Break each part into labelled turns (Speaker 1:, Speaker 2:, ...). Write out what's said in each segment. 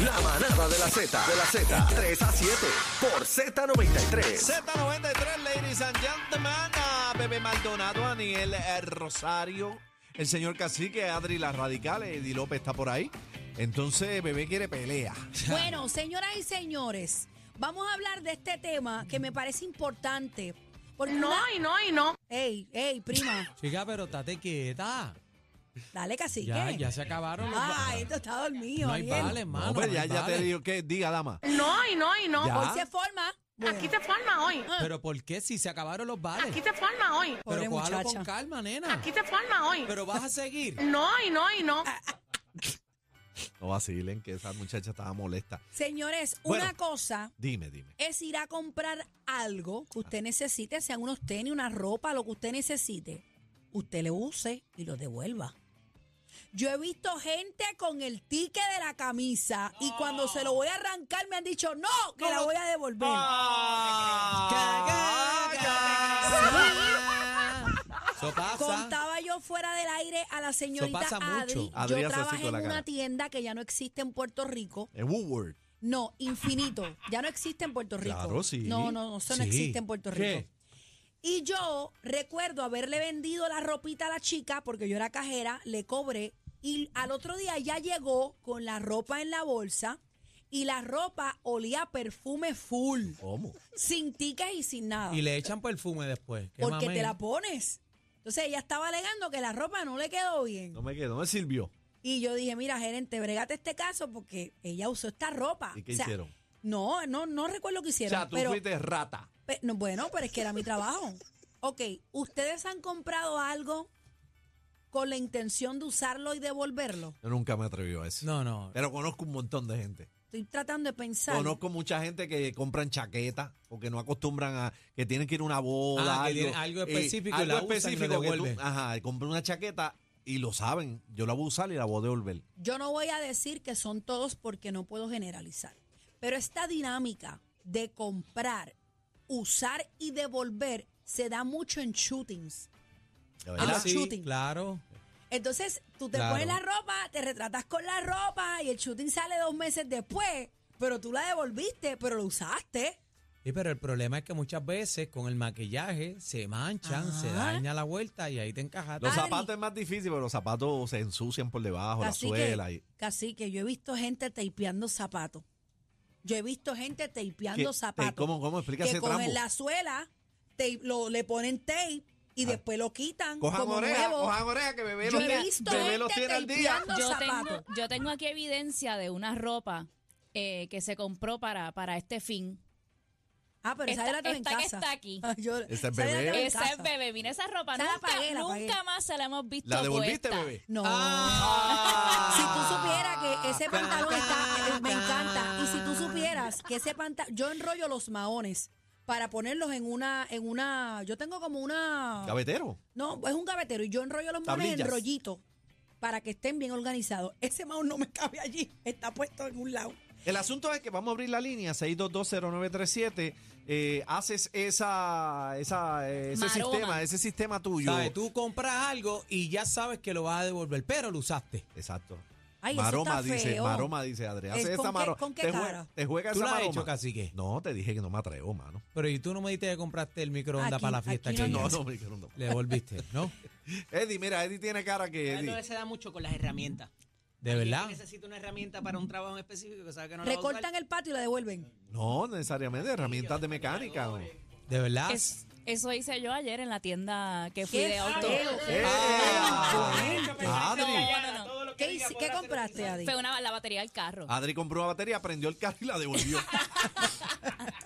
Speaker 1: La manada de la Z, de la Z, 3 a 7 por Z93.
Speaker 2: Z93, ladies and gentlemen, a Bebé Maldonado, Aniel eh, Rosario, el señor Cacique, Adri Las Radicales, Eddie López está por ahí. Entonces, Bebé quiere pelea.
Speaker 3: Bueno, señoras y señores, vamos a hablar de este tema que me parece importante. Porque
Speaker 4: No,
Speaker 3: una-
Speaker 4: y no, y no.
Speaker 3: Ey, ey, prima,
Speaker 5: Chica, pero estate quieta.
Speaker 3: dale cacique.
Speaker 5: Ya, ya se acabaron los
Speaker 3: Ay, Ah, esto está dormido.
Speaker 5: No hay
Speaker 3: Ariel.
Speaker 5: vales, mano.
Speaker 2: No, pero
Speaker 5: no
Speaker 2: ya,
Speaker 5: hay
Speaker 2: ya te
Speaker 5: vales.
Speaker 2: digo que diga, dama.
Speaker 4: No, y no, y no.
Speaker 2: Ya.
Speaker 3: Hoy se forma.
Speaker 4: Aquí se forma hoy.
Speaker 5: Pero ¿por qué si se acabaron los vales?
Speaker 4: Aquí se forma hoy.
Speaker 3: Pobre
Speaker 5: pero cójalo
Speaker 3: muchacha.
Speaker 5: con calma, nena.
Speaker 4: Aquí se forma hoy.
Speaker 5: Pero Ah. vas a seguir.
Speaker 4: No, y no, y no.
Speaker 2: No vacilen, que esa muchacha estaba molesta.
Speaker 3: Señores,
Speaker 2: Bueno.
Speaker 3: una cosa
Speaker 2: Dime, dime.
Speaker 3: es ir a comprar algo que usted necesite, sean unos tenis, una ropa, lo que usted necesite. Usted le use y lo devuelva. Yo he visto gente con el ticket de la camisa y cuando se lo voy a arrancar me han dicho, no, que la voy a devolver. Ah,
Speaker 5: Eso pasa.
Speaker 3: Contaba yo fuera del aire a la señorita
Speaker 5: pasa
Speaker 3: Adri.
Speaker 5: mucho.
Speaker 2: Adri
Speaker 3: yo
Speaker 2: hace así
Speaker 3: trabajé
Speaker 2: con
Speaker 3: en
Speaker 2: la cara.
Speaker 3: una tienda que ya no existe en Puerto Rico.
Speaker 2: En Eh, Woodward.
Speaker 3: No, infinito. Ya no existe en Puerto Rico.
Speaker 2: Claro, sí.
Speaker 3: No, no, no, eso no
Speaker 5: Sí.
Speaker 3: existe en Puerto
Speaker 5: ¿Qué?
Speaker 3: Rico. Y yo recuerdo haberle vendido la ropita a la chica porque yo era cajera, le cobré y al otro día ya llegó con la ropa en la bolsa y la ropa olía a perfume full,
Speaker 2: ¿Cómo?
Speaker 3: sin tickets y sin nada.
Speaker 5: Y le echan perfume después. Qué
Speaker 3: porque
Speaker 5: mamey.
Speaker 3: te la pones. Entonces ella estaba alegando que la ropa no le quedó bien.
Speaker 2: No me quedo, no me sirvió.
Speaker 3: Y yo dije, mira, gerente, bregate este caso porque ella usó esta ropa.
Speaker 2: ¿Y qué
Speaker 3: O sea,
Speaker 2: hicieron?
Speaker 3: No, no, no recuerdo qué
Speaker 2: O
Speaker 3: hicieron.
Speaker 2: sea, tú
Speaker 3: pero,
Speaker 2: fuiste rata.
Speaker 3: pe- no, bueno, pero es que era mi trabajo. Ok, ¿ustedes han comprado algo con la intención de usarlo y devolverlo?
Speaker 2: Yo nunca me atreví a eso.
Speaker 5: No, no.
Speaker 2: Pero conozco un montón de gente.
Speaker 3: Estoy tratando de pensar.
Speaker 2: Conozco mucha gente que compran chaquetas porque no acostumbran a que tienen que ir a una
Speaker 5: Ah,
Speaker 2: boda. eh,
Speaker 5: que tienen algo específico y la usan
Speaker 2: que
Speaker 5: y la
Speaker 2: tú-
Speaker 5: devuelven.
Speaker 2: ajá, compran una chaqueta y lo saben. Yo la voy a usar y la voy a devolver.
Speaker 3: Yo no voy a decir que son todos porque no puedo generalizar. Pero esta dinámica de comprar, usar y devolver se da mucho en shootings.
Speaker 2: ¿De
Speaker 3: Ah,
Speaker 2: verdad?
Speaker 3: los shootings.
Speaker 5: claro.
Speaker 3: Entonces, tú te
Speaker 5: Claro.
Speaker 3: pones la ropa, te retratas con la ropa y el shooting sale dos meses después, pero tú la devolviste, pero lo usaste.
Speaker 5: Sí, pero el problema es que muchas veces con el maquillaje se manchan, se
Speaker 3: Ajá.
Speaker 5: daña la vuelta y ahí te encajas.
Speaker 2: Los
Speaker 3: Adri.
Speaker 2: zapatos es más difícil, pero los zapatos se ensucian por debajo,
Speaker 3: Así
Speaker 2: la suela.
Speaker 3: que,
Speaker 2: y-
Speaker 3: casi que yo he visto gente tapeando zapatos. Yo he visto gente
Speaker 2: que-
Speaker 3: tapeando
Speaker 2: te-
Speaker 3: zapatos.
Speaker 2: ¿Cómo, cómo explica
Speaker 3: que
Speaker 2: ese
Speaker 3: cogen
Speaker 2: trampo?
Speaker 3: la suela, te- lo, le ponen tape y después lo quitan
Speaker 2: Ah. Cojan
Speaker 3: como
Speaker 2: oreja,
Speaker 3: nuevo.
Speaker 2: cojan oreja, que bebé
Speaker 3: Yo
Speaker 2: los
Speaker 3: he
Speaker 2: tiene-
Speaker 3: visto
Speaker 2: bebé los
Speaker 3: gente
Speaker 2: tiene al día.
Speaker 3: tapeando
Speaker 6: yo
Speaker 3: zapatos.
Speaker 6: tengo, yo tengo aquí evidencia de una ropa eh, que se compró para, para este fin.
Speaker 3: Ah, pero esa
Speaker 6: Esta-
Speaker 3: la tengo en
Speaker 6: esta que
Speaker 3: casa.
Speaker 6: está aquí.
Speaker 3: Ah, yo-
Speaker 2: Esa es
Speaker 3: la
Speaker 2: bebé.
Speaker 3: tengo en
Speaker 6: Esa
Speaker 3: casa.
Speaker 6: es bebé, mira esa ropa.
Speaker 3: Ya la
Speaker 6: Nunca,
Speaker 3: pagué, la
Speaker 6: nunca
Speaker 3: pagué.
Speaker 6: más se la hemos visto.
Speaker 2: ¿La devolviste,
Speaker 6: puesta.
Speaker 2: bebé?
Speaker 3: No.
Speaker 2: Ah.
Speaker 3: Si tú supieras que ese pantalón está, eh, me encanta. Y si tú supieras que ese pantalón, yo enrollo los maones para ponerlos en una, en una, yo tengo como una,
Speaker 2: Gavetero.
Speaker 3: no, es un gavetero y yo enrollo los maones en
Speaker 2: Tablillas.
Speaker 3: rollito para que estén bien organizados. Ese maón no me cabe allí, está puesto en un lado.
Speaker 2: El asunto es que vamos a abrir la línea 6220937. Eh, haces esa, esa, eh, ese
Speaker 6: Maroma.
Speaker 2: sistema, ese sistema tuyo.
Speaker 5: ¿Sabes? Tú compras algo y ya sabes que lo vas a devolver, pero lo usaste.
Speaker 2: Exacto.
Speaker 3: Ay, eso
Speaker 2: maroma
Speaker 3: está
Speaker 2: dice,
Speaker 3: feo.
Speaker 2: maroma dice Adrián.
Speaker 3: Es,
Speaker 2: Haces
Speaker 3: ¿con
Speaker 2: esa
Speaker 3: qué-
Speaker 2: maroma.
Speaker 3: con qué
Speaker 2: te, jue-
Speaker 3: cara?
Speaker 2: te juega
Speaker 5: ¿Tú
Speaker 2: esa
Speaker 5: la has
Speaker 2: maroma.
Speaker 5: hecho, cacique?
Speaker 2: No, te dije que no me atrevo, mano.
Speaker 5: Pero y tú no me dijiste que compraste el microondas
Speaker 3: Aquí-
Speaker 5: para la fiesta
Speaker 3: aquí
Speaker 5: que
Speaker 3: no.
Speaker 2: No,
Speaker 5: no,
Speaker 2: no, me dijeron no.
Speaker 5: le devolviste, ¿no?
Speaker 2: Eddie, mira, Eddie tiene cara que
Speaker 7: Esto
Speaker 2: Eddie.
Speaker 7: se da mucho con las herramientas.
Speaker 5: De verdad.
Speaker 7: Necesito una herramienta para un trabajo en específico que sabe que no la va a usar.
Speaker 3: Recortan el patio y la devuelven.
Speaker 2: No, necesariamente herramientas de mecánica. ¿no?
Speaker 5: De
Speaker 2: Ah.
Speaker 5: verdad.
Speaker 6: Es- eso hice yo ayer en la tienda que fui
Speaker 3: ¡Qué
Speaker 6: de auto.
Speaker 3: feo!
Speaker 2: ¡Eh!
Speaker 6: No,
Speaker 2: Ah, Adri,
Speaker 6: no, no, no.
Speaker 3: ¿Qué, hici- qué compraste, Adi?
Speaker 6: Fue una, la batería del carro.
Speaker 2: Adri compró la batería, prendió el carro y la devolvió.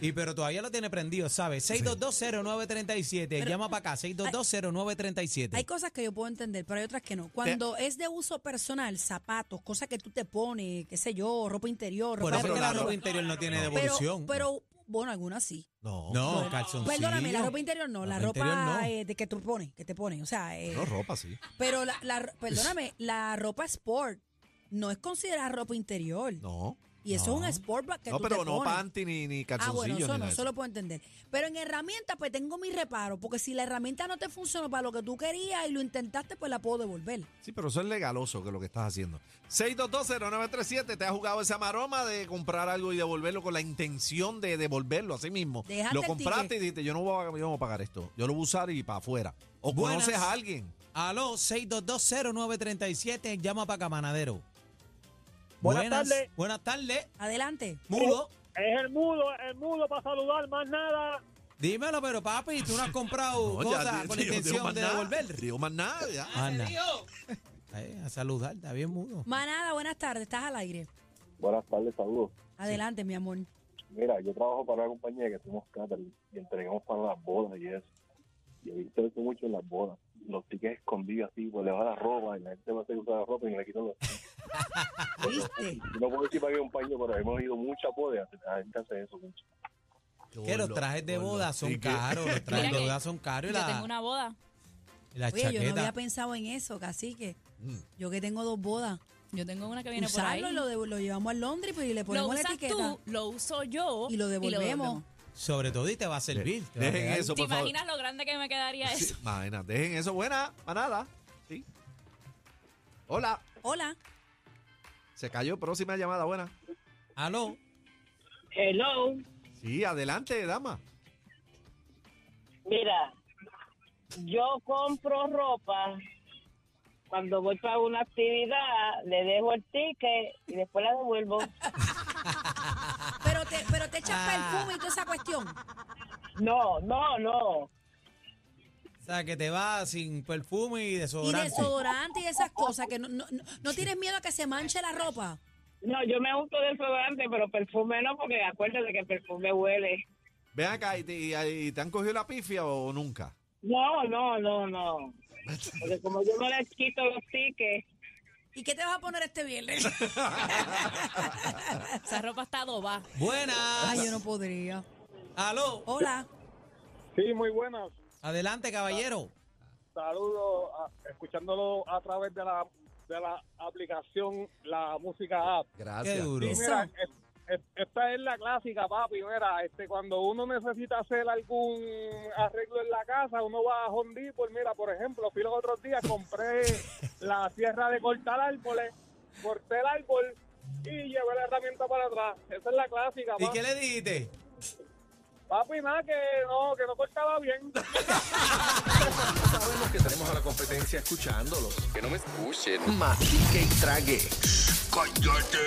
Speaker 5: y pero todavía lo tiene prendido, ¿sabes? 6220937. Llama para acá,
Speaker 3: Hay
Speaker 5: 6220937.
Speaker 3: cosas que yo puedo entender, pero hay otras que no. Cuando es de uso personal, zapatos, cosas que tú te pones, qué sé yo, ropa interior, ropa
Speaker 5: Por eso
Speaker 2: pero
Speaker 5: es que
Speaker 2: la
Speaker 5: la
Speaker 2: ropa-
Speaker 5: ropa interior no tiene
Speaker 2: Pero-
Speaker 5: devolución.
Speaker 3: Pero, pero bueno, algunas sí.
Speaker 2: No,
Speaker 5: no, calzoncillo.
Speaker 3: Perdóname, la ropa interior no, la, ropa,
Speaker 5: interior no.
Speaker 3: eh, de que te pones, que te pones, o sea, eh,
Speaker 2: no ropa, sí.
Speaker 3: pero la, la- perdóname, la ropa sport no es considerada ropa interior.
Speaker 2: No.
Speaker 3: Y eso es
Speaker 5: No.
Speaker 3: un sport bra que
Speaker 2: No,
Speaker 3: tú te
Speaker 2: pero no
Speaker 3: pones.
Speaker 2: panty ni, ni
Speaker 3: Ah,
Speaker 2: calzoncillos.
Speaker 3: bueno,
Speaker 2: ni
Speaker 3: eso
Speaker 2: nada
Speaker 3: no,
Speaker 2: de
Speaker 3: eso lo puedo entender. Pero en herramientas, pues tengo mi reparo, porque si la herramienta no te funcionó para lo que tú querías y lo intentaste, pues la puedo devolver.
Speaker 2: Sí, pero eso es legaloso que lo que estás haciendo. 6220937, te has jugado esa maroma de comprar algo y devolverlo con la intención de devolverlo a sí mismo.
Speaker 3: Déjate
Speaker 2: lo
Speaker 3: el
Speaker 2: compraste y dijiste, yo no voy a, yo no voy a pagar esto, yo lo voy a usar y para afuera. O
Speaker 5: Buenas.
Speaker 2: conoces a alguien.
Speaker 5: Aló, 6220937, llama para Camanadero.
Speaker 8: Buenas tardes.
Speaker 5: Buenas tardes.
Speaker 3: Adelante.
Speaker 5: Mudo.
Speaker 8: Es el mudo, el mudo para saludar, más nada.
Speaker 5: Dímelo, pero papi, tú no has comprado
Speaker 2: No, ya,
Speaker 5: cosas
Speaker 2: tío,
Speaker 5: con la
Speaker 2: tío, tío,
Speaker 5: intención
Speaker 2: más
Speaker 5: de
Speaker 2: nada,
Speaker 5: devolver. Ah,
Speaker 2: tío, más nada, ya.
Speaker 3: Ah,
Speaker 5: Anda. Ahí, a saludar, está bien mudo.
Speaker 3: Manada, buenas tardes, estás al aire.
Speaker 9: Buenas tardes, saludos.
Speaker 3: Adelante, mi amor.
Speaker 9: Mira, yo trabajo para una compañía que somos catering y entregamos para las bodas y eso. Y he visto eso mucho en las bodas. Los tickets escondidos así, pues le va la ropa y la gente va a hacer usar la ropa y le quitan los tickets.
Speaker 3: ¿Viste?
Speaker 9: Yo no puedo decir para qué es un paño, pero hemos ido muchas bodas y la gente hace eso mucho.
Speaker 5: Que los trajes de
Speaker 2: Con los
Speaker 5: boda son
Speaker 2: tickets.
Speaker 5: caros, los trajes de
Speaker 6: Mira que
Speaker 5: boda son caros y
Speaker 6: Yo tengo
Speaker 5: la,
Speaker 6: una boda.
Speaker 5: y la
Speaker 3: Oye, yo no había
Speaker 5: chaqueta.
Speaker 3: pensado en eso, cacique.
Speaker 2: Mm.
Speaker 3: Yo que tengo dos bodas.
Speaker 6: Yo tengo una que viene
Speaker 3: Usarlo
Speaker 6: por ahí.
Speaker 3: y lo, de- lo llevamos a Londres pero- y le
Speaker 6: Lo
Speaker 3: ponemos la
Speaker 6: usas
Speaker 3: etiqueta.
Speaker 6: tú, lo uso yo.
Speaker 3: Y lo devolvemos.
Speaker 5: Sobre todo y te va a servir. te va a
Speaker 2: Dejen
Speaker 5: quedar.
Speaker 2: eso,
Speaker 6: ¿Te
Speaker 2: por favor.
Speaker 6: imaginas lo grande que me quedaría
Speaker 2: Sí,
Speaker 6: eso?
Speaker 2: imagina, dejen eso. Buena, manada. Sí. Hola,
Speaker 3: Hola.
Speaker 2: se cayó. Próxima llamada, buena.
Speaker 5: Aló.
Speaker 10: Hello,
Speaker 2: Sí, adelante, dama.
Speaker 10: mira, yo compro ropa cuando voy para una actividad, le dejo el ticket y después la devuelvo.
Speaker 3: Pero te, pero te echas
Speaker 5: Ah.
Speaker 3: perfume y toda esa cuestión.
Speaker 10: No, no, no.
Speaker 5: O sea, que te va sin perfume y
Speaker 3: Y
Speaker 5: desodorante.
Speaker 3: desodorante y esas cosas. que no, no, no- no tienes miedo a que se manche la ropa.
Speaker 10: No, yo me uso desodorante, pero perfume no, porque acuérdate que el perfume huele.
Speaker 2: Ven acá, ¿y te, y- y te han cogido la pifia o nunca?
Speaker 10: No, no, no, no. Porque como yo no les quito los tickets,
Speaker 3: ¿Y qué te vas a poner este viernes?
Speaker 6: Esa ropa está adobada.
Speaker 5: Buenas.
Speaker 3: Ay, yo no podría.
Speaker 5: Aló.
Speaker 3: Hola.
Speaker 8: Sí, muy buenas.
Speaker 5: Adelante, caballero.
Speaker 8: Saludos, a- Ah, escuchándolo a través de la, de la aplicación La Música App.
Speaker 2: Ah, Gracias.
Speaker 5: Qué duro.
Speaker 3: Eso.
Speaker 8: Mira, es- es- esta es la clásica, papi. Mira, este, cuando uno necesita hacer algún arreglo en la casa, uno va a Hondi. Pues mira, por ejemplo, fui los otros días, compré la sierra de cortar árboles, corté el árbol y llevé la herramienta para atrás. Esa es la clásica,
Speaker 5: ¿Y
Speaker 8: papi.
Speaker 5: qué le dijiste?
Speaker 8: Papi, nada, que no, que no cortaba bien.
Speaker 1: Sabemos que tenemos a la competencia escuchándolos. Que no me escuchen. Mastique y trague. Cállate.